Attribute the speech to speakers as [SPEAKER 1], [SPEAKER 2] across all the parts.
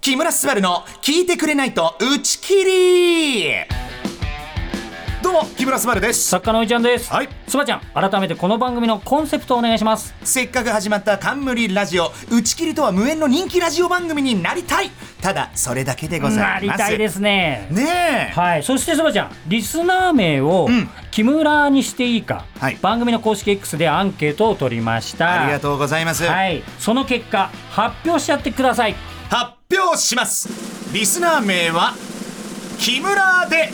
[SPEAKER 1] 木村昴の聞いてくれないと打ち切りどうも木村昴です
[SPEAKER 2] 作家のおいちゃんです
[SPEAKER 1] はい
[SPEAKER 2] すばちゃん改めてこの番組のコンセプトをお願いします
[SPEAKER 1] せっかく始まった冠ラジオ打ち切りとは無縁の人気ラジオ番組になりたいただそれだけでございます
[SPEAKER 2] なりたいですね
[SPEAKER 1] ねえ
[SPEAKER 2] はいそしてすばちゃんリスナー名を
[SPEAKER 1] ん
[SPEAKER 2] 木村にしていいか、
[SPEAKER 1] はい
[SPEAKER 2] 番組の公式 X でアンケートを取りました
[SPEAKER 1] ありがとうございます、
[SPEAKER 2] はいその結果発表しちゃってください
[SPEAKER 1] 発表しますリスナー名は木村で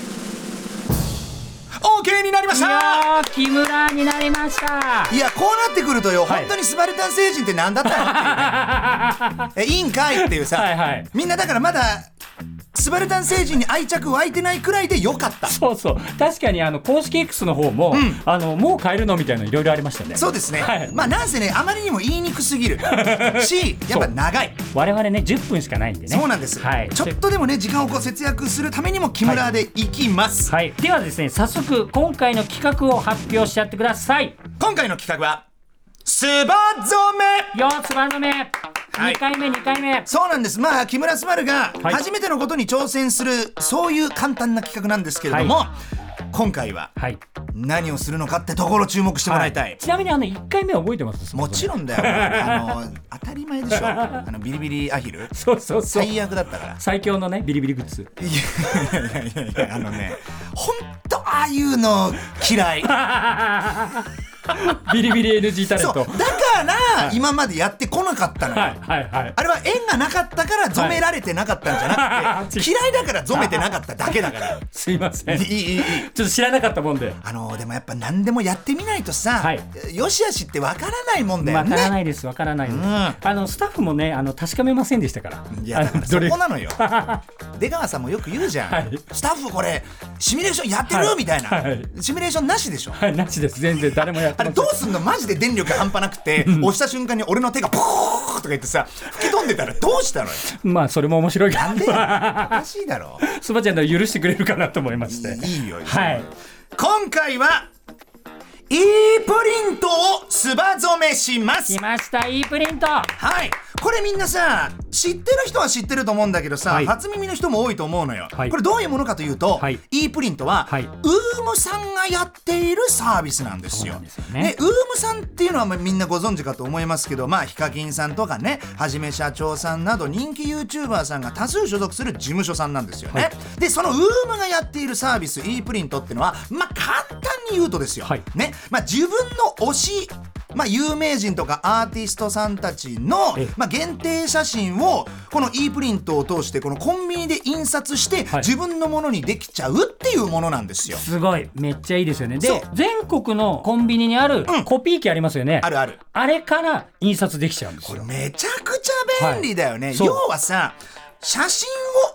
[SPEAKER 1] OK になりま
[SPEAKER 2] い
[SPEAKER 1] した
[SPEAKER 2] やー木村になりました
[SPEAKER 1] いやこうなってくるとよ、
[SPEAKER 2] はい
[SPEAKER 1] 本当にスパルタン星人って何だったのっていうねえ いいんかいっていうさ
[SPEAKER 2] はいはい
[SPEAKER 1] みんなだからまだスパルタン星人に愛着湧いてないくらいでよかった
[SPEAKER 2] そうそう確かにあの公式 X の方も、
[SPEAKER 1] ん
[SPEAKER 2] あのもう変えるのみたいないろいろありましたね
[SPEAKER 1] そうですね、
[SPEAKER 2] はい
[SPEAKER 1] まあなんせねあまりにも言いにくすぎ るしやっぱ長い
[SPEAKER 2] 我々ね10分しかないんでね
[SPEAKER 1] そうなんです、
[SPEAKER 2] はい、
[SPEAKER 1] ちょっとでもね時間をこう節約するためにも木村でいきます、
[SPEAKER 2] はい、ではですね早速今回の企画を発表しちゃってください
[SPEAKER 1] 今回の企画はスバ染め
[SPEAKER 2] よーつばのめ、
[SPEAKER 1] い
[SPEAKER 2] 2回目2回目
[SPEAKER 1] そうなんですまあ木村昴が
[SPEAKER 2] はい
[SPEAKER 1] 初めてのことに挑戦する、そういう簡単な企画なんですけれども、今回は
[SPEAKER 2] はい
[SPEAKER 1] 何をするのかってところ注目してもらいたい、
[SPEAKER 2] ちなみにあの1回目覚えてます
[SPEAKER 1] もちろんだよあの当たり前でしょあのビリビリアヒル
[SPEAKER 2] そうそうそう
[SPEAKER 1] 最悪だったから
[SPEAKER 2] 最強のねビリビリグッズ
[SPEAKER 1] いやいやいやいやあのねほんとああいうの嫌い
[SPEAKER 2] ビリビリ NG タレン
[SPEAKER 1] そう
[SPEAKER 2] ト
[SPEAKER 1] だから今までやってこなかったのよ、
[SPEAKER 2] はいはいはい
[SPEAKER 1] あれは縁がなかったから染められてなかったんじゃなくて、
[SPEAKER 2] はい
[SPEAKER 1] 嫌いだから染めてなかっただけだから
[SPEAKER 2] すいません
[SPEAKER 1] いい
[SPEAKER 2] ちょ
[SPEAKER 1] いいいい
[SPEAKER 2] っと知らなかったもんで
[SPEAKER 1] あのーでもやっぱ何でもやってみないとさ、
[SPEAKER 2] はい
[SPEAKER 1] よしあしってわからないもんだよ
[SPEAKER 2] わから
[SPEAKER 1] ね。
[SPEAKER 2] ないですわからないです、
[SPEAKER 1] うん
[SPEAKER 2] あのスタッフもねあの確かめませんでしたから
[SPEAKER 1] いやだか
[SPEAKER 2] あ
[SPEAKER 1] ら
[SPEAKER 2] の
[SPEAKER 1] そ
[SPEAKER 2] どれ
[SPEAKER 1] こな のよ出川さんもよく言うじゃん、
[SPEAKER 2] はい
[SPEAKER 1] スタッフこれシミュレーションやってる、
[SPEAKER 2] はい
[SPEAKER 1] みたいな、
[SPEAKER 2] はい
[SPEAKER 1] シミュレーションなしでしょ
[SPEAKER 2] はいなしです全然誰もやっ
[SPEAKER 1] あ
[SPEAKER 2] て
[SPEAKER 1] れ
[SPEAKER 2] ま
[SPEAKER 1] どう
[SPEAKER 2] せん
[SPEAKER 1] すんのマジで電力半端なくて押した瞬間に俺の手がポーとか言ってさ吹き飛んでたらどうしたのよ
[SPEAKER 2] まあそれも面白いけ
[SPEAKER 1] なんで
[SPEAKER 2] ど
[SPEAKER 1] よおかしいだ ろ
[SPEAKER 2] すばちゃんなら許してくれるかなと思いまして
[SPEAKER 1] いいよ
[SPEAKER 2] はい
[SPEAKER 1] 今回は e プリントをすば染めします
[SPEAKER 2] 来ました E プリント
[SPEAKER 1] はいこれみんなさ知ってる人は知ってると思うんだけどさ、
[SPEAKER 2] はい
[SPEAKER 1] 初耳の人も多いと思うのよ、
[SPEAKER 2] はい
[SPEAKER 1] これどういうものかというと、
[SPEAKER 2] はい
[SPEAKER 1] e プリントは、
[SPEAKER 2] はい
[SPEAKER 1] ウームさんがやっているサービスなんですよ
[SPEAKER 2] そうなんですよね
[SPEAKER 1] ウームさんっていうのはまあみんなご存知かと思いますけどまあヒカキンさんとかねはじめ社長さんなど人気 YouTuber さんが多数所属する事務所さんなんですよね、
[SPEAKER 2] はい
[SPEAKER 1] でそのウームがやっているサービス e プリントっていうのはまあ簡単に言うとですよ、
[SPEAKER 2] はい
[SPEAKER 1] ねまあ、自分の推し、まあ、有名人とかアーティストさんたちの
[SPEAKER 2] ええ、
[SPEAKER 1] まあ、限定写真をこの e プリントを通してこのコンビニで印刷して
[SPEAKER 2] はい
[SPEAKER 1] 自分のものにできちゃうっていうものなんですよ。
[SPEAKER 2] すごいめっちゃいいですよね
[SPEAKER 1] そう
[SPEAKER 2] で全国のコンビニにあるコピー機ありますよね、
[SPEAKER 1] あるある
[SPEAKER 2] あれから印刷できちゃうんです
[SPEAKER 1] これ
[SPEAKER 2] よ
[SPEAKER 1] めちゃくちゃ便利だよね、
[SPEAKER 2] いそう
[SPEAKER 1] 要はさ写真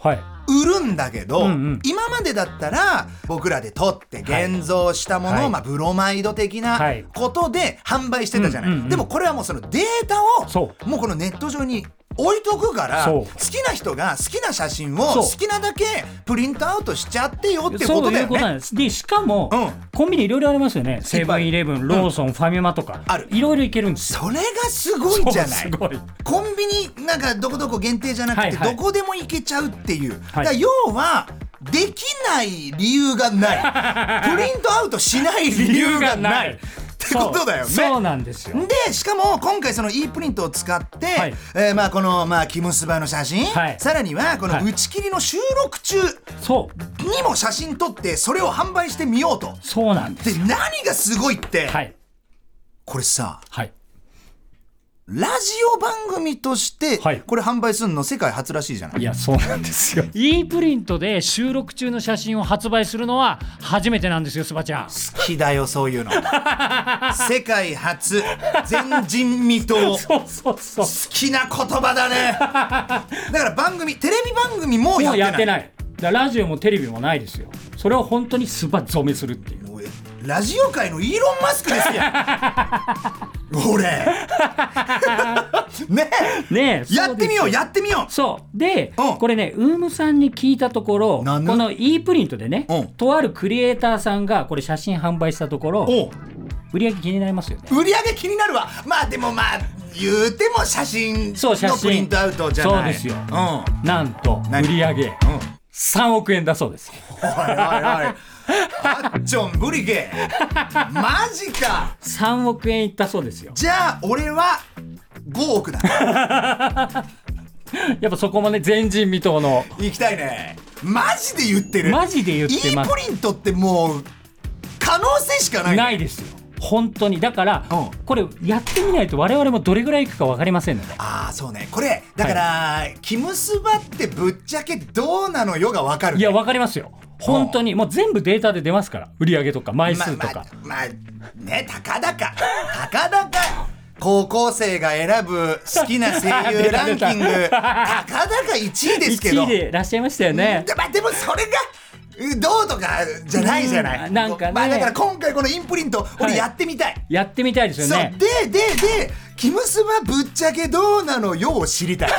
[SPEAKER 1] を
[SPEAKER 2] はい
[SPEAKER 1] 売るんだけど、
[SPEAKER 2] うんうん
[SPEAKER 1] 今までだったら僕らで撮って
[SPEAKER 2] はい
[SPEAKER 1] 現像したものを、
[SPEAKER 2] はい
[SPEAKER 1] まあ、ブロマイド的な
[SPEAKER 2] はい
[SPEAKER 1] ことで販売してたじゃない、
[SPEAKER 2] うんうんうん
[SPEAKER 1] でもこれはもうそのデータを
[SPEAKER 2] そ
[SPEAKER 1] もうこのネット上に置いとくから
[SPEAKER 2] そう
[SPEAKER 1] 好きな人が好きな写真を
[SPEAKER 2] そう
[SPEAKER 1] 好きなだけプリントアウトしちゃってよってこ
[SPEAKER 2] そ
[SPEAKER 1] と
[SPEAKER 2] うい
[SPEAKER 1] だ
[SPEAKER 2] う
[SPEAKER 1] よ
[SPEAKER 2] こと
[SPEAKER 1] ね
[SPEAKER 2] なんですでしかも、
[SPEAKER 1] うん
[SPEAKER 2] コンビニいろいろありますよね
[SPEAKER 1] ぱい
[SPEAKER 2] セブンイレブンローソン、ファミマとか
[SPEAKER 1] ある
[SPEAKER 2] いろいろいけるんですよ
[SPEAKER 1] それがすごいじゃない
[SPEAKER 2] そうすごい
[SPEAKER 1] コンビニなんかどこどこ限定じゃなくて、
[SPEAKER 2] はいはい
[SPEAKER 1] どこでも行けちゃうっていう、
[SPEAKER 2] はい
[SPEAKER 1] だから要はできない理由がない プリントアウトしない理由がないってことだよね
[SPEAKER 2] そうそうなんですよ
[SPEAKER 1] でしかも今回その e プリントを使って、
[SPEAKER 2] はい
[SPEAKER 1] えーまあこの、まあ、キムスバの写真、
[SPEAKER 2] はい
[SPEAKER 1] さらにはこの
[SPEAKER 2] はい
[SPEAKER 1] 打ち切りの収録中
[SPEAKER 2] そう
[SPEAKER 1] にも写真撮ってそれを販売してみようと。
[SPEAKER 2] そうなんです
[SPEAKER 1] で何がすごいって、
[SPEAKER 2] はい
[SPEAKER 1] これさ
[SPEAKER 2] はい
[SPEAKER 1] ラジオ番組として
[SPEAKER 2] はい
[SPEAKER 1] これ販売するの世界初らしいじゃない
[SPEAKER 2] いやそうなんです よ e プリントで収録中の写真を発売するのは初めてなんですよスバちゃん
[SPEAKER 1] 好きだよそういうの世界初前人未到好
[SPEAKER 2] そうそうそう
[SPEAKER 1] きな言葉だねだから番組テレビ番組もやってない
[SPEAKER 2] もうやってないだからラジオもテレビもないですよそれを本当にスバ染めするっていう
[SPEAKER 1] もうえラジオ界のイーロン・マスクですよ俺ね
[SPEAKER 2] ねえそうです
[SPEAKER 1] やってみようやってみよう
[SPEAKER 2] そうで、
[SPEAKER 1] うん
[SPEAKER 2] これねウームさんに聞いたところこ
[SPEAKER 1] なんで
[SPEAKER 2] の e プリントでね、
[SPEAKER 1] うん
[SPEAKER 2] とあるクリエイターさんがこれ写真販売したところ
[SPEAKER 1] おう
[SPEAKER 2] 売り上げ気になりますよね
[SPEAKER 1] 売り上げ気になるわまあでもまあ言うても写真
[SPEAKER 2] そう写
[SPEAKER 1] の
[SPEAKER 2] 真
[SPEAKER 1] プリントアウトじゃない
[SPEAKER 2] そうですよ
[SPEAKER 1] うん、おい
[SPEAKER 2] なんと売
[SPEAKER 1] 何
[SPEAKER 2] り上げ
[SPEAKER 1] ん
[SPEAKER 2] 3億円だそうです
[SPEAKER 1] おいおいあっちょんぶりけマジか
[SPEAKER 2] 3億円いったそうですよ
[SPEAKER 1] じゃあ俺は5億だ
[SPEAKER 2] やっぱそこもね前人未到の
[SPEAKER 1] 行きたいねマジで言ってる
[SPEAKER 2] マジで言ってます
[SPEAKER 1] E プリントってもう可能性しかないね
[SPEAKER 2] ないですよ本当にだから、
[SPEAKER 1] うん
[SPEAKER 2] これやってみないと我々もどれぐらいいくか分かりませんので
[SPEAKER 1] ああそうねこれだから、キムスバってぶっちゃけどうなのよがわかる
[SPEAKER 2] い
[SPEAKER 1] ね、
[SPEAKER 2] や分かりますよ本当にもう全部データで出ますから売り上げとか枚数とか、
[SPEAKER 1] まあ、まあ、ねたかだかたかだか高校生が選ぶ好きな声優ランキン グ
[SPEAKER 2] 出た
[SPEAKER 1] た
[SPEAKER 2] 出た
[SPEAKER 1] かだか1位ですけど
[SPEAKER 2] 1位でいらっしゃいましたよね
[SPEAKER 1] で,、まあ、でもそれがうんどうとかじゃないじゃない、
[SPEAKER 2] うんなんかね
[SPEAKER 1] まあ、だから今回このインプリント
[SPEAKER 2] は
[SPEAKER 1] 俺
[SPEAKER 2] い
[SPEAKER 1] やってみたい、
[SPEAKER 2] やってみたいです
[SPEAKER 1] そ
[SPEAKER 2] よ
[SPEAKER 1] う
[SPEAKER 2] ね
[SPEAKER 1] でででキムスバぶっちゃけどうなのよを知り たい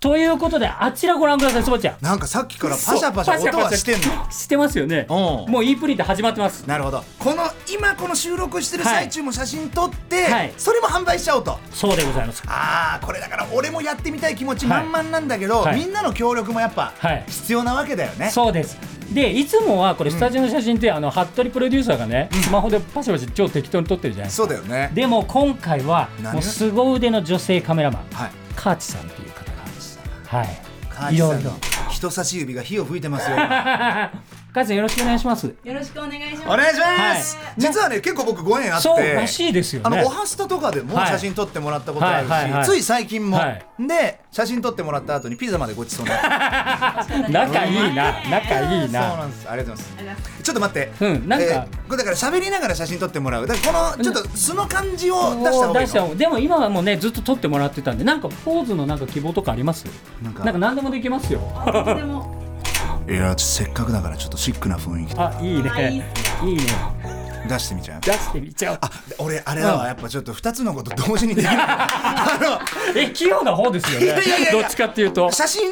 [SPEAKER 2] ということであちらご覧くださいそばちゃん
[SPEAKER 1] なんかさっきからパシャパシャ音はしてんの
[SPEAKER 2] してますよね
[SPEAKER 1] うん
[SPEAKER 2] もう e プリント始まってます
[SPEAKER 1] なるほどこの今この収録してる最中も写真撮って、
[SPEAKER 2] はい
[SPEAKER 1] それも販売しちゃおうと
[SPEAKER 2] そうでございます
[SPEAKER 1] ああこれだから俺もやってみたい気持ち満々なんだけど、
[SPEAKER 2] はい
[SPEAKER 1] みんなの協力もやっぱ
[SPEAKER 2] はい
[SPEAKER 1] 必要なわけだよね、
[SPEAKER 2] そうですでいつもはこれスタジオの写真って、あの服部プロデューサーがねスマホでパシャパシャ超適当に撮ってるじゃないですか
[SPEAKER 1] そうだよね
[SPEAKER 2] でも今回は
[SPEAKER 1] 何
[SPEAKER 2] もう凄腕の女性カメラマン、
[SPEAKER 1] はい
[SPEAKER 2] カーチさんという方がはい
[SPEAKER 1] カー
[SPEAKER 2] い
[SPEAKER 1] チ
[SPEAKER 2] ろ
[SPEAKER 1] さ
[SPEAKER 2] い
[SPEAKER 1] ん
[SPEAKER 2] ろ
[SPEAKER 1] の人差し指が火を吹いてますよ
[SPEAKER 2] カーチさんよろしくお願いします
[SPEAKER 3] よろしくお願いします。
[SPEAKER 1] お願いします、
[SPEAKER 2] はい
[SPEAKER 1] 実はね結構僕ご縁あって
[SPEAKER 2] そうらしいですよね
[SPEAKER 1] あのおはスタとかでも
[SPEAKER 2] はい
[SPEAKER 1] 写真撮ってもらったことあるし、
[SPEAKER 2] はいはいはい
[SPEAKER 1] つい最近も、
[SPEAKER 2] はい
[SPEAKER 1] で写真撮ってもらった後にピザまでごちそうになって
[SPEAKER 2] 仲いいな仲いい
[SPEAKER 1] そう
[SPEAKER 2] な
[SPEAKER 1] なんですありがとうございます
[SPEAKER 3] ありがとうございます
[SPEAKER 1] ちょっと待って、
[SPEAKER 2] うんなんか
[SPEAKER 1] これだから喋りながら写真撮ってもらうだからこのちょっと素の感じを出した方がい
[SPEAKER 2] 出
[SPEAKER 1] い
[SPEAKER 2] した
[SPEAKER 1] の
[SPEAKER 2] 方がでも今はもうねずっと撮ってもらってたんでなんかポーズのなんか希望とかあります
[SPEAKER 1] な
[SPEAKER 2] なんん
[SPEAKER 1] か
[SPEAKER 2] か何でもでき ますよ
[SPEAKER 3] とても
[SPEAKER 1] いやちょっとせっかくだからちょっとシックな雰囲気
[SPEAKER 2] あいい
[SPEAKER 3] あいいっ
[SPEAKER 2] ねいいね
[SPEAKER 1] 出してみ ちゃう
[SPEAKER 2] 出してみちゃおう
[SPEAKER 1] あ俺あれだわ、
[SPEAKER 2] うん
[SPEAKER 1] やっぱちょっと2つのこと同時にでき ないあ
[SPEAKER 2] え器用な方ですよ
[SPEAKER 1] いや
[SPEAKER 2] ね
[SPEAKER 1] いやいや
[SPEAKER 2] どっちかっていうと
[SPEAKER 1] の写真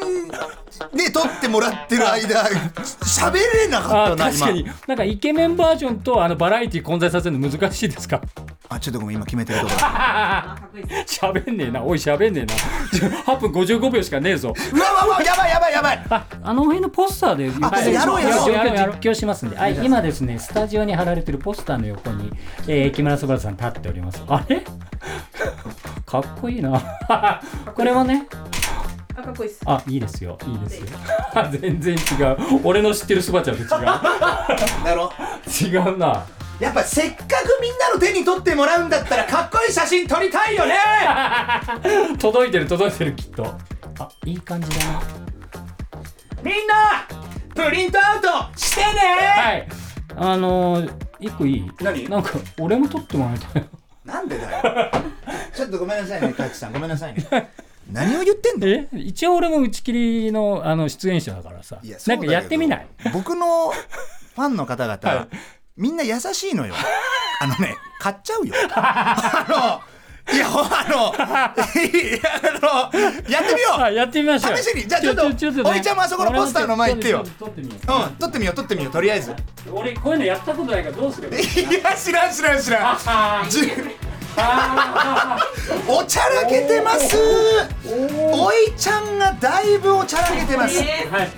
[SPEAKER 1] で撮ってもらってる間喋れなか
[SPEAKER 2] あ
[SPEAKER 1] ったな
[SPEAKER 2] 確
[SPEAKER 1] 今
[SPEAKER 2] かになんかイケメンバージョンとあのバラエティ混在させるの難しいですか
[SPEAKER 1] あちょっとごめん今決めてる ところ
[SPEAKER 3] あかっこいいです。
[SPEAKER 2] 喋んねえなおい喋んねえな8分55秒しかねえぞ
[SPEAKER 1] うわうわうわやばいやばいやばい
[SPEAKER 2] ああの辺のポスターで
[SPEAKER 1] あやろうやろう
[SPEAKER 2] 状況実況しますんではい今ですねスタジオに貼られてるポスターの横に、えー、木村昴さん立っておりますあれ かっこいいな これはね
[SPEAKER 3] あかっこいいです。
[SPEAKER 2] あいいですよいいですよ 全然違う俺の知ってるスバちゃんと
[SPEAKER 1] だろ
[SPEAKER 2] 違う違うな
[SPEAKER 1] やっぱせっかくみんなの手に取ってもらうんだったらかっこいい写真撮りたいよね
[SPEAKER 2] 届いてる届いてるきっとあいい感じだな
[SPEAKER 1] みんなプリントアウトしてね
[SPEAKER 2] はいあのー、一個いい
[SPEAKER 1] 何
[SPEAKER 2] なんか俺も撮ってもらいたい
[SPEAKER 1] なんでだよちょっとごめんなさいねカチさんごめんなさいね何を言ってん の
[SPEAKER 2] え一応俺も打ち切りのあの出演者だからさ
[SPEAKER 1] いや
[SPEAKER 2] なんかやってみない。
[SPEAKER 1] そうだけど僕のファンの方々、
[SPEAKER 2] はい
[SPEAKER 1] みんな優しいのよ。あのね、買っちゃうよ。あの、いや、あの、いや、あの、やってみ
[SPEAKER 2] あ
[SPEAKER 1] よ
[SPEAKER 2] やってみましょう
[SPEAKER 1] 試しにじゃあちょっとおいちゃんもあそこのポスターの前行ってよ
[SPEAKER 2] 俺もちょっと撮ってみよ
[SPEAKER 1] う。うん、撮ってみよう、撮ってみよう、とり あえず。いう
[SPEAKER 2] 俺こういうのやったことないからどうする
[SPEAKER 1] や、知らん、知らん、知らん。
[SPEAKER 2] あ
[SPEAKER 1] じゅ おちゃらけてます。おいちゃんがだいぶおちゃらけてます。
[SPEAKER 3] え
[SPEAKER 2] ーはい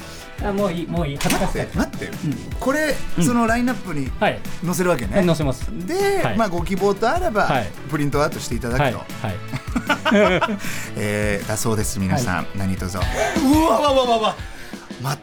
[SPEAKER 2] あもういいもういい恥ずかしい
[SPEAKER 1] え待って、これ、そのラインナップに
[SPEAKER 2] はい
[SPEAKER 1] 載せるわけね。
[SPEAKER 2] はい載せます
[SPEAKER 1] で、
[SPEAKER 2] はい
[SPEAKER 1] まあご希望とあれば、
[SPEAKER 2] はい
[SPEAKER 1] プリントアウトしていただ
[SPEAKER 2] は
[SPEAKER 1] く
[SPEAKER 2] い
[SPEAKER 1] と、
[SPEAKER 2] は い
[SPEAKER 1] えーだそうです皆さん、何卒うわわわわわまも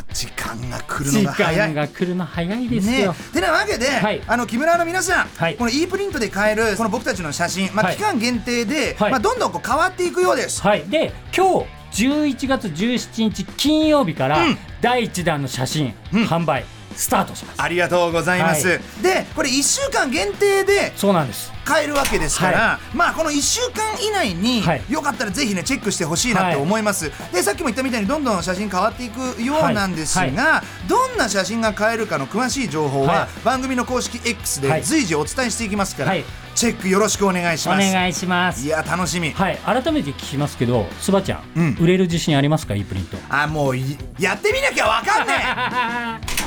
[SPEAKER 1] う時間が来るの
[SPEAKER 2] 時
[SPEAKER 1] が早
[SPEAKER 2] 間
[SPEAKER 1] い
[SPEAKER 2] が来るの早いです
[SPEAKER 1] ね
[SPEAKER 2] よ
[SPEAKER 1] えてなわけで、
[SPEAKER 2] はい
[SPEAKER 1] あの木村の皆さん、
[SPEAKER 2] はい
[SPEAKER 1] この e プリントで買えるこの僕たちの写真、まあ、
[SPEAKER 2] はい
[SPEAKER 1] 期間限定で、
[SPEAKER 2] はい
[SPEAKER 1] まあ、どんどんこう変わっていくようです、
[SPEAKER 2] はい、で今日11月17日金曜日から
[SPEAKER 1] うん
[SPEAKER 2] 第1弾の写真、
[SPEAKER 1] ん
[SPEAKER 2] 販売スタートします
[SPEAKER 1] ありがとうございます、
[SPEAKER 2] は
[SPEAKER 1] でこれ1週間限定で
[SPEAKER 2] そうなんです
[SPEAKER 1] 買えるわけですから、まあこの1週間以内に、
[SPEAKER 2] はい
[SPEAKER 1] よかったらぜひねチェックしてほしいなと思います、でさっきも言ったみたいにどんどん写真変わっていくようなんですが、
[SPEAKER 2] はい
[SPEAKER 1] どんな写真が変えるかの詳しい情報は、
[SPEAKER 2] は
[SPEAKER 1] 番組の公式 X
[SPEAKER 2] は
[SPEAKER 1] で
[SPEAKER 2] い
[SPEAKER 1] 随時お伝えしていきますから、
[SPEAKER 2] はい
[SPEAKER 1] チェックよろしくお願いし
[SPEAKER 2] お
[SPEAKER 1] ます
[SPEAKER 2] 願いします
[SPEAKER 1] いや楽しみ
[SPEAKER 2] はい改めて聞きますけどスバちゃん、
[SPEAKER 1] うん
[SPEAKER 2] 売れる自信ありますか e プリント
[SPEAKER 1] あもういやってみなきゃわかんない